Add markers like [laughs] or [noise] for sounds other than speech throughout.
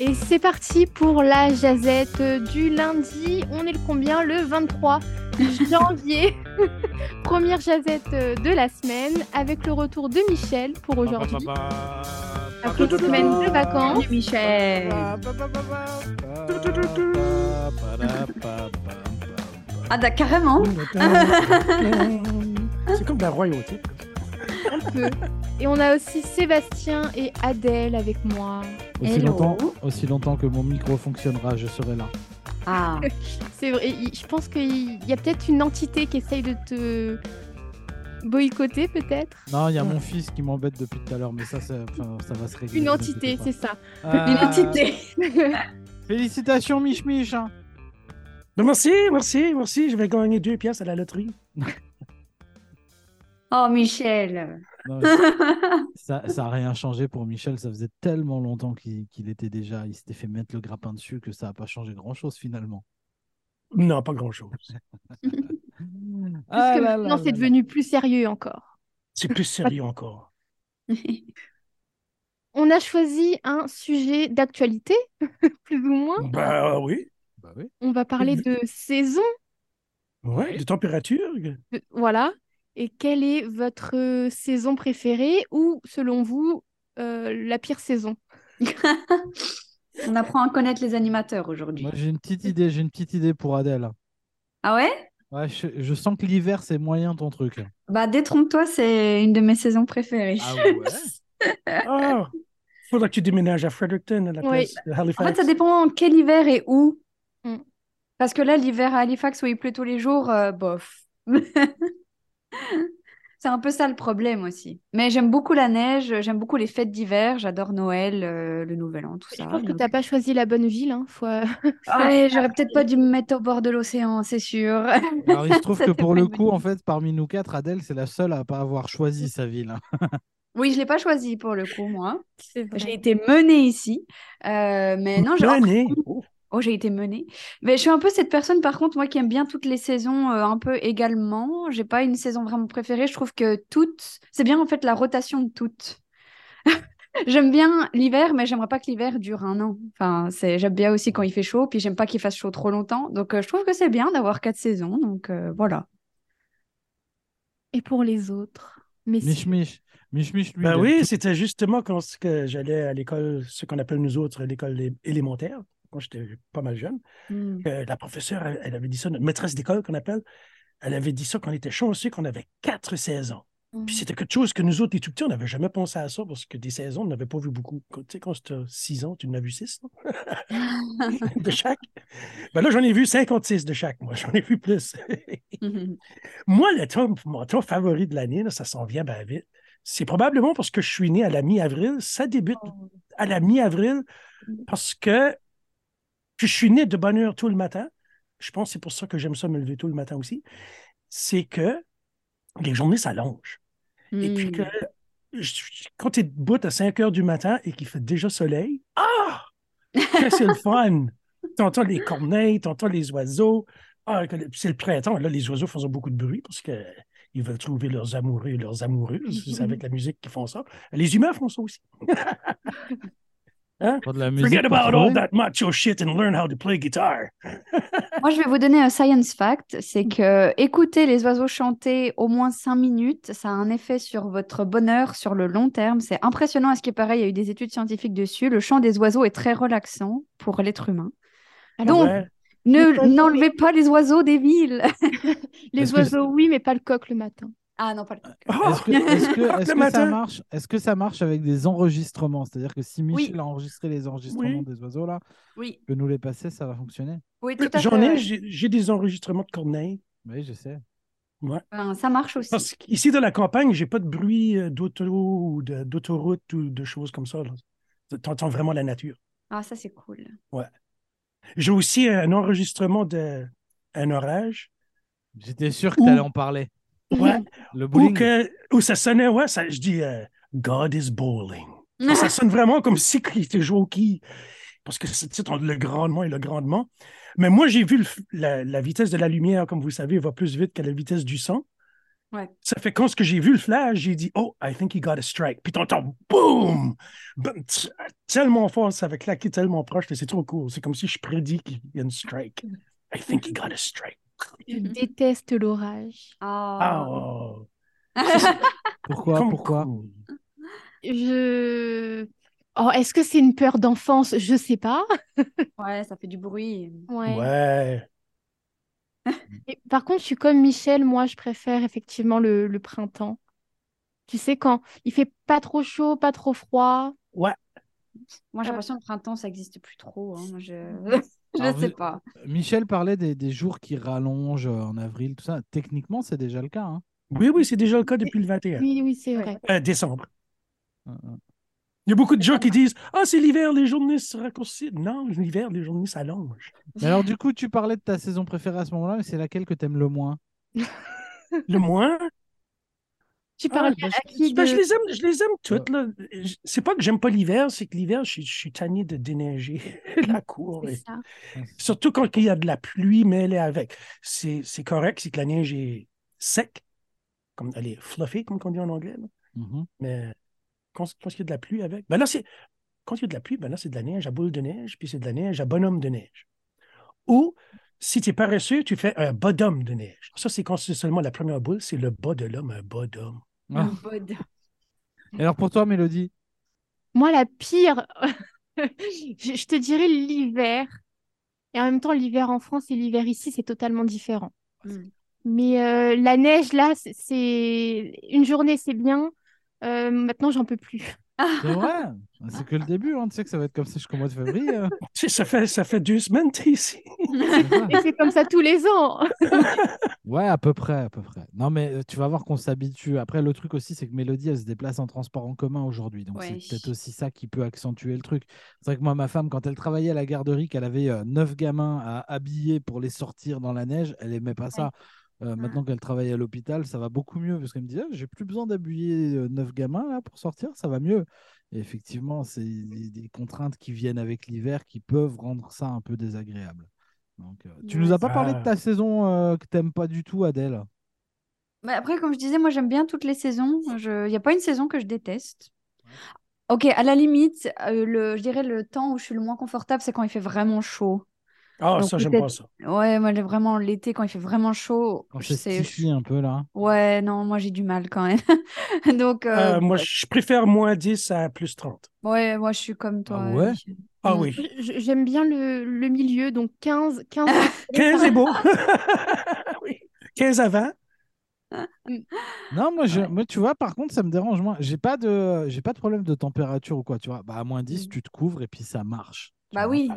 Et c'est parti pour la jazette du lundi. On est le combien Le 23 janvier. [laughs] Première jazette de la semaine avec le retour de Michel pour aujourd'hui. Après une semaine de vacances. Michel. Ah, bah, da- carrément. C'est comme de la royauté. un peu. Et on a aussi Sébastien et Adèle avec [laughs] moi. Aussi Hello. longtemps, aussi longtemps que mon micro fonctionnera, je serai là. Ah, C'est vrai, il- je pense qu'il y a peut-être une entité qui essaye de te boycotter, peut-être. Non, il y a Ouais. mon fils qui m'embête depuis tout à l'heure, mais ça, ça, enfin, ça va se régler. Une vous entité, c'est inquiétez [laughs] ça. [laughs] pas. une Euh, entité. Félicitations, Mich Mich. hein. Mais Ben, merci, merci, merci. Je vais gagner deux pièces à la loterie. Oh, Michel. [laughs] [laughs] Non, ça n'a rien changé pour Michel. Ça faisait tellement longtemps qu'il qu'il était déjà. Il s'était fait mettre le grappin dessus que ça n'a pas changé grand-chose finalement. Non, pas grand-chose. Ah Parce que là là maintenant, là c'est là. devenu plus sérieux encore. C'est plus sérieux encore. On a choisi un sujet d'actualité, [laughs] plus ou moins. Bah oui. Bah oui. On va parler de saison, Ouais, [laughs] de température. de- voilà. Et quelle est votre euh, saison préférée ou, selon vous, euh, la pire saison On apprend à connaître les animateurs aujourd'hui. Moi, j'ai une petite idée. J'ai une petite idée pour Adèle. Ah ouais Ouais, je, je sens que l'hiver, c'est moyen ton truc. Bah, détrompe-toi, c'est une de mes saisons préférées. Ah, faudra que tu déménages à Fredericton à la Oui. place de En fait, Halifax. ça dépend quel hiver et où. Mm. Parce que là, l'hiver à Halifax où il pleut tous les jours, euh, bof. [laughs] C'est un peu ça le problème aussi. Mais j'aime beaucoup la neige, j'aime beaucoup les fêtes d'hiver, j'adore Noël, euh, le Nouvel An, tout Je ça. pense que Donc- tu Ah n'as pas choisi la bonne ville. hein, faut, euh, Ouais, j'aurais peut-être pas dû me mettre au bord de l'océan, c'est sûr. [laughs] Alors, il se trouve Ça, que c'est pour pas le une bonne coup, en fait, parmi nous quatre, Adèle, c'est la seule à pas avoir choisi sa ville. hein. Oui, je l'ai pas choisi pour le coup, moi. J'ai J'ai- été menée ici. Euh, mais non, j'ai Bonne année. Oh, Oh, j'ai été menée. Mais je suis un peu cette personne, par contre, moi qui aime bien toutes les saisons euh, un peu également. J'ai pas une saison vraiment préférée. Je trouve que toutes, c'est bien en fait la rotation de toutes. [laughs] J'aime bien l'hiver, mais j'aimerais pas que l'hiver dure un an. Enfin, c'est j'aime bien aussi quand il fait chaud, puis j'aime pas qu'il fasse chaud trop longtemps. Donc, euh, je trouve que c'est bien d'avoir quatre saisons. Donc, euh, voilà. [laughs] Et pour les autres Mais Mich Mich. Mich Mich, lui. Ben il aime oui, tout. c'était justement quand ce que j'allais à l'école, ce qu'on appelle nous autres l'école é- élémentaire, quand j'étais pas mal jeune. Mm. Euh, la professeure, elle, elle avait dit ça, notre maîtresse d'école qu'on appelle, elle avait dit ça qu'on était chanceux, qu'on avait quatre saisons. Puis c'était quelque chose que nous autres, les tout petits, on n'avait jamais pensé à ça parce que des saisons, on n'avait pas vu beaucoup. Quand- Tu sais, quand c'était 6 ans, tu en as vu 6 de chaque. Ben là, j'en ai vu 56 de chaque, moi. J'en ai vu plus. moi, le temps, mon temps favori de l'année, là, ça s'en vient bien vite. C'est probablement parce que je suis né à la mi-avril. Ça débute à la mi-avril parce que que je suis né de bonne heure tout le matin. Je pense que c'est pour ça que j'aime ça me lever tout le matin aussi. C'est que les journées s'allongent. Et puis [laughs] Mm. que je- quand tu es debout à 5 heures du matin et qu'il fait déjà soleil, ah! Que c'est le fun! [laughs] T'entends les corneilles, t'entends les oiseaux. Ah, que le- c'est le printemps. Là, les oiseaux font beaucoup de bruit parce que ils veulent trouver leurs amoureux et leurs amoureuses. C'est avec la musique qu'ils font ça. Les humains font ça aussi. Pas de la musique. Forget pour about all trouver. that macho shit and learn how to play guitar. Moi, je vais vous donner un science fact, c'est que écouter les oiseaux chanter au moins 5 minutes, ça a un effet sur votre bonheur sur le long terme. C'est impressionnant à ce qui est pareil, il y a eu des études scientifiques dessus. Le chant des oiseaux est très relaxant pour l'être humain. Alors, Donc, Ah Ouais. Les Ne, oiseaux, n'enlevez pas les oiseaux des villes. [laughs] les Est-ce que- oiseaux, oui, mais pas le coq le matin. Ah non, pas le coq. Oh, Est-ce que, est-ce que- est-ce Le que ça matin. marche Est-ce que ça marche avec des enregistrements C'est-à-dire que si Oui. Michel a enregistré les enregistrements Oui. des oiseaux là, Oui, que nous les passer, ça va fonctionner. oui, tout à Euh, J'en fait. ai, ouais. j'ai j'ai des enregistrements de corneilles. Oui, je sais. Enfin, Ben, ça marche aussi. Parce qu'ici, dans la campagne, j'ai pas de bruit euh, d'auto ou de- d'autoroute ou de choses comme ça. là. T'entends vraiment la nature. Ah, ça c'est cool. J'ai aussi un enregistrement d'un orage J'étais sûr que Ou- tu allais en parler. Ouais. Le bowling. où, que, où ça sonnait, ouais, ça, je dis euh, God is bowling. Et ça sonne vraiment comme si il était joué au quille. Parce que c'est c'est entre le grandement et le grandement. Mais moi, j'ai vu le f- la, la vitesse de la lumière, comme vous savez, va plus vite que la vitesse du son. Ouais. Ça fait quand ce que j'ai vu le flash, j'ai dit Oh, I think he got a strike. Puis t'entends boum Ben, tch- Tellement fort, ça avait claqué tellement proche, que c'est trop cool. C'est comme si je prédis qu'il y a une strike. I think he got a strike. Je Mm. déteste l'orage. Ah. Ah, oh, [laughs] Pourquoi comme Pourquoi cool. Je. Oh, est-ce que c'est une peur d'enfance? Je sais pas. ouais, ça fait du bruit. Ouais. Ouais. Et par contre, je suis comme Michel, moi, je préfère effectivement le, le printemps. Tu sais, quand il fait pas trop chaud, pas trop froid. Moi, j'ai Ouais. l'impression que le printemps, ça n'existe plus trop. hein. Moi, je Alors, Euh. [laughs] je sais vous- pas. Michel parlait des, des jours qui rallongent euh, en avril, tout ça. Techniquement, c'est déjà le cas. hein. Oui, oui, c'est déjà le cas depuis le 21 Oui, Ah, oui, c'est Ouais. vrai. euh, décembre. Euh, euh. Il y a beaucoup de gens qui disent Ah, c'est l'hiver, les journées se raccourcissent. Non, l'hiver, les journées [laughs] s'allongent. Mais alors, du coup, tu parlais de ta saison préférée à ce moment-là, mais c'est laquelle que t'aimes le moins Le moins, Tu Ah, parles ben, à qui Ben, je de- Ah. les aime, je les aime toutes. là. Je- C'est pas que j'aime pas l'hiver, c'est que l'hiver, je, suis- je suis tanné de [laughs] déneiger [laughs] la cour. C'est et- ça. Surtout quand il y a de la pluie mêlée avec. C'est c'est correct, c'est que la neige est sec, comme elle est fluffy, comme on dit en anglais. là. Mhm. Mais quand, quand il y a de la pluie avec, ben là, c'est quand il y a de la pluie, ben là, c'est de la neige à boule de neige, puis c'est de la neige à bonhomme de neige. Ou si tu es paresseux, tu fais un bonhomme de neige. Ça, c'est quand c'est seulement la première boule, c'est le bas de l'homme, un bas [laughs] d'homme. Ah. Le bod. Et Alors, pour toi, Mélodie Moi, la pire, [laughs] je, je te dirais l'hiver. Et en même temps, l'hiver en France et l'hiver ici, c'est totalement différent. Hmm. Mm. Mais euh, la neige, là, c'est- c'est une journée, c'est bien. Euh, maintenant, j'en peux plus. C'est vrai C'est que le début, hein. tu sais que ça va être comme ça jusqu'au mois de février. hein. Tu sais, ça fait, ça fait deux semaines que t'es ici. C'est ça. Et c'est comme ça tous les [laughs] ans. Ouais, à peu près, à peu près. Non, mais euh, tu vas voir qu'on s'habitue. Après, le truc aussi, c'est que Mélodie, elle se déplace en transport en commun aujourd'hui. Donc, Ouais. c'est peut-être aussi ça qui peut accentuer le truc. C'est vrai que moi, ma femme, quand elle travaillait à la garderie, qu'elle avait euh, neuf gamins à habiller pour les sortir dans la neige, elle aimait pas ça. Euh, maintenant qu'elle travaille à l'hôpital, ça va beaucoup mieux parce qu'elle me disait, «Ah, j'ai plus besoin d'habiller euh, neuf gamins là, pour sortir, ça va mieux. Et effectivement, c'est des, des contraintes qui viennent avec l'hiver qui peuvent rendre ça un peu désagréable. Donc, euh, tu Ouais, nous as pas parlé de Ah. ta saison euh, que t'aimes pas du tout, Adèle. Mais Bah, après, comme je disais, moi, j'aime bien toutes les saisons. Je... Il n'y a pas une saison que je déteste. Ok, à la limite, euh, le... je dirais le temps où je suis le moins confortable, c'est quand il fait vraiment chaud. Ah, Donc, ça, j'aime peut-être- pas ça. Ouais, moi, le- vraiment, l'été, quand il fait vraiment chaud, Quand je c'est sais- stiffy un peu là. Ouais, non, moi, j'ai du mal quand même. [laughs] Donc, euh, Euh, moi, je préfère moins 10 à plus 30. ouais, moi, je suis comme toi. Ah ouais Michel. Ah Mm. [laughs] oui. Je- je- J'aime bien le, le milieu, donc 15, 15 15 [laughs] est beau. [laughs] oui. 15 à 20. Ah Non, moi, je, moi, tu vois, par contre, ça me dérange moins. J'ai pas de, j'ai pas de problème de température ou quoi, tu vois. Bah, à moins 10, Mhm. tu te couvres et puis ça marche. tu Bah vois. oui.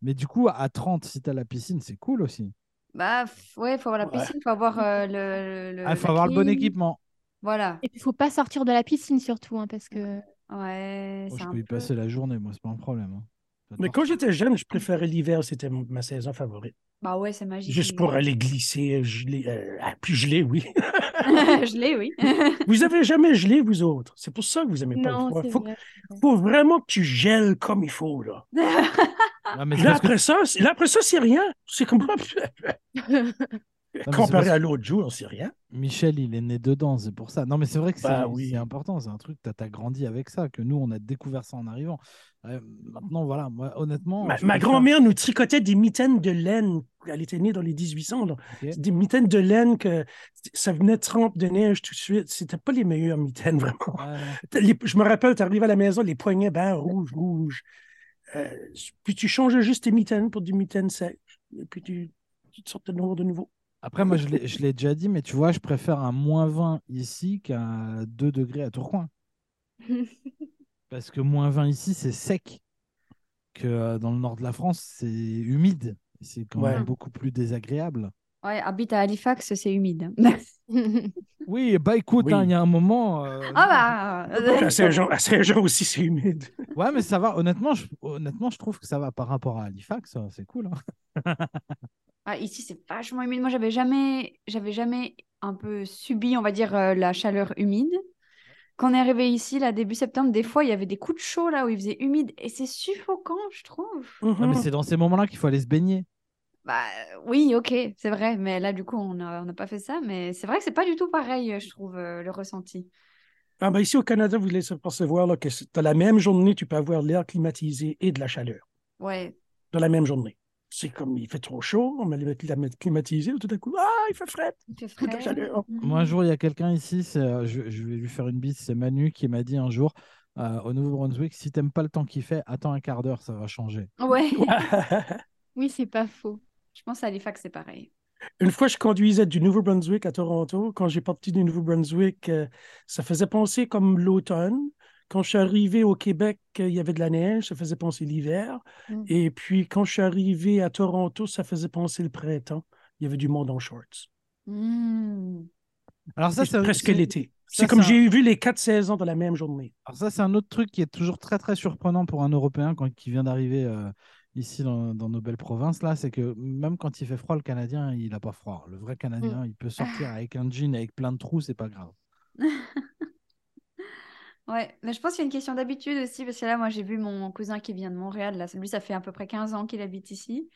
Mais du coup, à 30, si t'as la piscine, c'est cool aussi. Bah, f- ouais, faut avoir la Ouais. piscine, faut avoir euh, le, le- Ah, Il faut la avoir le bon clim. équipement. Voilà. Et puis, faut pas sortir de la piscine surtout, hein, parce que Ouais, Moi, c'est Oh, je un peux y peu- passer la journée, moi, c'est pas un problème. hein. Mais quand j'étais jeune, je préférais l'hiver. C'était mon- ma saison favorite. Bah ouais, c'est magique. Juste pour aller glisser, geler. euh, ah, puis geler, oui. [laughs] Je l'ai, oui. [laughs] vous avez jamais gelé, vous autres. C'est pour ça que vous aimez pas le non, froid. c'est Faut, vrai. faut vraiment que tu gèles comme il faut, là. Ah, mais Puis c'est Là, parce que- après ça, c'est- là, après ça, c'est rien. C'est comme... [laughs] parce Comparé que- à l'autre jour, c'est rien. Michel, il est né dedans, c'est pour ça. Non, mais c'est vrai que c'est Bah c'est oui. important, c'est un truc, t'as as grandi avec ça, que nous, on a découvert ça en arrivant. Euh, maintenant, voilà, moi, honnêtement. Ma, je ma préfère- grand-mère nous tricotait des mitaines de laine. Elle était née dans les 1800. là. Ok. [laughs] Des mitaines de laine que ça venait trempe de neige tout de suite. C'était pas les meilleures mitaines, [laughs] vraiment. Ouais, non. Les- je me rappelle, tu arrives à la maison, les poignets, ben, rouges, rouges. Euh, puis tu changes juste tes mitaines pour des mitaines sèches. Et puis tu, tu te sortes de nouveau. De nouveau. Après, moi, je l'ai je l'ai déjà dit, mais tu vois, je préfère un moins 20 ici qu'un 2 degrés à [laughs] Tourcoing. Parce que moins 20 ici, c'est sec. Que euh, dans le nord de la France, c'est humide. C'est quand Ouais. même beaucoup plus désagréable. Ouais, habite à Halifax, c'est humide. Oui, bah écoute, Oui. hein, il y a un moment. euh, [laughs] Ah bah. euh, À Saint-Jean à Saint-Jean aussi, c'est humide. Ouais, mais ça va. Honnêtement je, honnêtement, je trouve que ça va par rapport à Halifax. euh, C'est cool. hein. ah, ici, c'est vachement humide. Moi, j'avais jamais, j'avais jamais un peu subi, on va dire, euh, la chaleur humide. Quand on est arrivé ici, là, début septembre, des fois, il y avait des coups de chaud, là, où il faisait humide. Et Ah, c'est suffocant, je trouve. Non, mais Mhm. c'est dans ces moments-là qu'il faut aller se baigner. Bah oui, ok, c'est vrai, mais là du coup on a- on n'a pas fait ça, mais c'est vrai que c'est pas du tout pareil, euh, je trouve, euh, le ressenti. Ah ben ici au Canada, vous laissez percevoir là, que dans la même journée, tu peux avoir de l'air climatisé et de la chaleur. Ouais. Dans la même journée. C'est comme il fait trop chaud, on met le clim- climatisé, tout à coup, ah, il fait frais, Il fait ou de la frais. chaleur. Moi, un Mhm. jour, il y a quelqu'un ici, c'est, euh, je, je vais lui faire une bise, c'est Manu qui m'a dit un jour euh, au Nouveau-Brunswick, si t'aimes pas le temps qu'il fait, attends un quart d'heure, ça va changer. Ouais, [laughs] [laughs] Oui, c'est pas faux. je pense à Halifax c'est pareil. Une fois, je conduisais du Nouveau-Brunswick à Toronto. Quand j'ai parti du Nouveau-Brunswick, euh, ça faisait penser comme l'automne. Quand je suis arrivé au Québec, euh, il y avait de la neige, ça faisait penser l'hiver. Mm. Et puis, quand je suis arrivé à Toronto, ça faisait penser le printemps. Il y avait du monde en shorts. Mhm. Alors, ça, C'est c'est presque c'est- l'été. ça, C'est comme c'est un- j'ai vu les quatre saisons dans la même journée. Alors ça, c'est un autre truc qui est toujours très très surprenant pour un Européen quand, qui vient d'arriver euh, ici dans, dans nos belles provinces là, c'est que même quand il fait froid, le Canadien il n'a pas froid. Le vrai Canadien, il peut sortir avec un jean avec plein de trous, c'est pas grave. Ouais, mais je pense qu'il y a une question d'habitude aussi, parce que là, moi, j'ai vu mon cousin qui vient de Montréal, là, lui, ça fait à peu près 15 ans qu'il habite ici.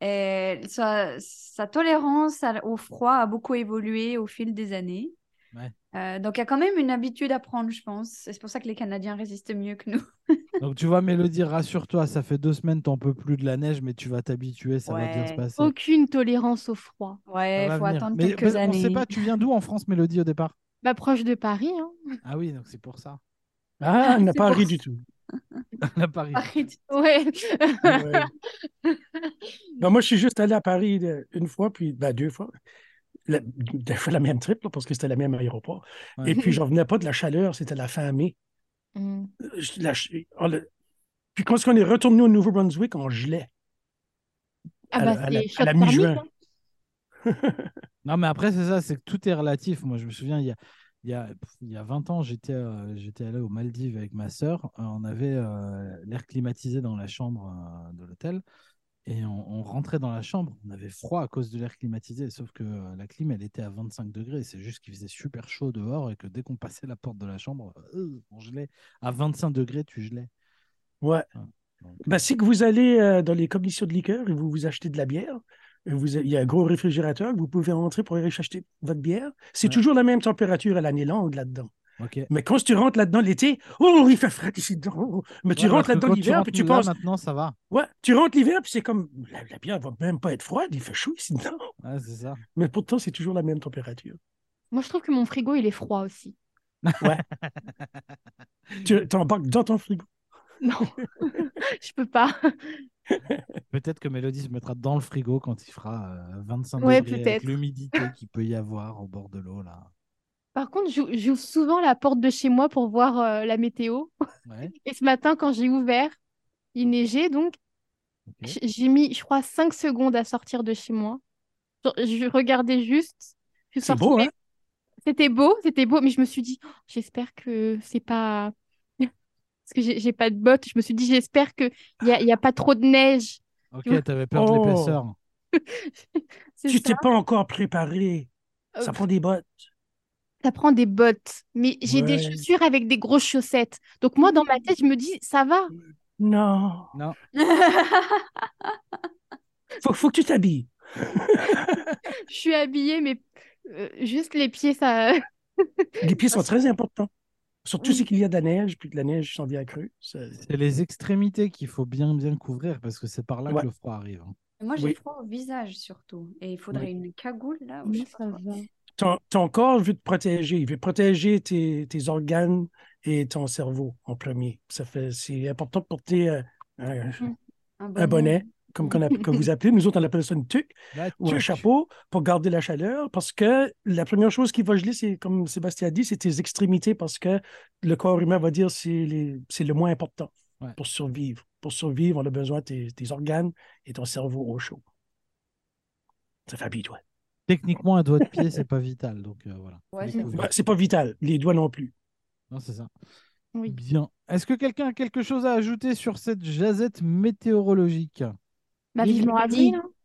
Et sa, sa tolérance à- au froid a beaucoup évolué au fil des années. Ouais. Euh, donc, il y a quand même une habitude à prendre, je pense. Et C'est pour ça que les Canadiens résistent mieux que nous. Donc tu vois, Mélodie, rassure-toi, ça fait deux semaines t'en peux plus de la neige, mais tu vas t'habituer, ça va bien se Ouais. Oh, passer. Aucune tolérance au froid. Ouais, Ça va [laughs] il Eh, faut venir. attendre Mais- quelques mais On années. sait pas, tu viens d'où en France, Mélodie, au départ Bah, proche de Paris, hein. Ah oui, donc c'est pour [laughs] ça. Ah, elle n'a C'est pas pour ri du tout. À Paris. [laughs] Arrête. [laughs] Ouais. Ouais. Non, moi, je suis juste allé à Paris euh, une fois, puis ben, deux fois. La, deux fois la même trip, là, parce que c'était le même aéroport. Ouais. Et puis, je revenais pas de la chaleur, c'était la fin mai. Mm. Euh, je- la ch- on le- Puis, quand on est retourné au Nouveau-Brunswick, on gelait. Ah bah, À la- à c'est la- à choc la thermique, mi-juin. hein. Non, mais après, c'est ça, c'est que tout est relatif. Moi, je me souviens, il y a, il y a, pff, il y a 20 ans, j'étais euh, j'étais allé aux Maldives avec ma sœur. Euh, on avait euh, l'air climatisé dans la chambre euh, de l'hôtel. Et on, on rentrait dans la chambre, on avait froid à cause de l'air climatisé, sauf que euh, la clim, elle était à 25 degrés. C'est juste qu'il faisait super chaud dehors et que dès qu'on passait la porte de la chambre, euh, on gelait. À 25 degrés, tu gelais. Ah, Ouais. Donc, Ben, si que vous allez euh, dans les commissions de liqueurs et vous vous achetez de la bière, euh, vous, il y a un gros réfrigérateur, vous pouvez entrer pour aller acheter votre bière. C'est Ouais. toujours la même température à l'année longue là-dedans. ok. Mais quand tu rentres là-dedans l'été, oh, il fait frais ici dedans. oh. Mais tu Ouais, parce rentres que là-dedans quand l'hiver, puis tu rentres là, penses, maintenant, ça va. ouais, tu rentres l'hiver, puis c'est comme, la, la bière va même pas être froide, il fait chaud ici dedans. Ouais, c'est ça. [laughs] Mais pourtant, c'est toujours la même température. Moi, je trouve que mon frigo, il est froid aussi. Tu t'embarques dans ton frigo. Non, [laughs] je peux pas. Peut-être que Mélodie se mettra dans le frigo quand il fera euh, 25 Ouais, degrés avec peut-être. l'humidité qu'il peut y avoir au bord de l'eau là. Par contre, j'ou- j'ouvre souvent la porte de chez moi pour voir euh, la météo. Ouais, Et ce matin, quand j'ai ouvert, il neigeait, donc ok. j- j'ai mis, je crois, 5 secondes à sortir de chez moi. Genre, Je regardais juste. je suis C'est sortie, beau, mais hein? C'était beau, c'était beau, mais je me suis dit, Oh, j'espère que c'est pas... [laughs] Parce que j'ai j'ai pas de bottes. Je me suis dit, j'espère qu'il n'y a, y a pas trop de neige. Ok, t'avais peur de Oh. l'épaisseur. C'est Tu ça. t'es pas encore préparé. Ça Euh, prend des bottes. Ça prend des bottes, mais j'ai des Ouais. chaussures avec des grosses chaussettes. Donc moi, dans ma tête, je me dis, ça va. Non. Non. [laughs] Faut, faut que tu t'habilles. Je suis habillée, mais euh, juste les pieds, ça... [laughs] Les pieds sont très importants. Surtout Oui. si qu'il y a de la neige, puis que la neige s'en vient crue. Ça- C'est les extrémités qu'il faut bien bien couvrir parce que c'est par là Ouais. que le froid arrive. hein. Moi, j'ai Oui. froid au visage surtout. Et il faudrait une cagoule là. ou je Mais sais ça pas quoi. va. Ton, ton corps veut te protéger. Il veut protéger tes, tes organes et ton cerveau en premier. Ça fait, c'est important de porter euh, un, un bonnet, comme, qu'on app- que vous appelez. Nous autres, on appelle ça une tuque Là, ou un tchouc. chapeau pour garder la chaleur parce que la première chose qui va geler, c'est comme Sébastien a dit, c'est tes extrémités parce que le corps humain va dire c'est les- c'est le moins important Ouais. pour survivre. Pour survivre, on a besoin de tes, tes organes et ton cerveau au chaud. Ça fait habille-toi. Techniquement, un doigt de pied, c'est pas vital. Donc euh, voilà. Ouais, Les c'est couilles. Ouais, c'est pas vital, les doigts non plus. Non, c'est ça. Oui. Bien. Est-ce que quelqu'un a quelque chose à ajouter sur cette jazette météorologique Bah, Oui, vivement oui. avril, hein.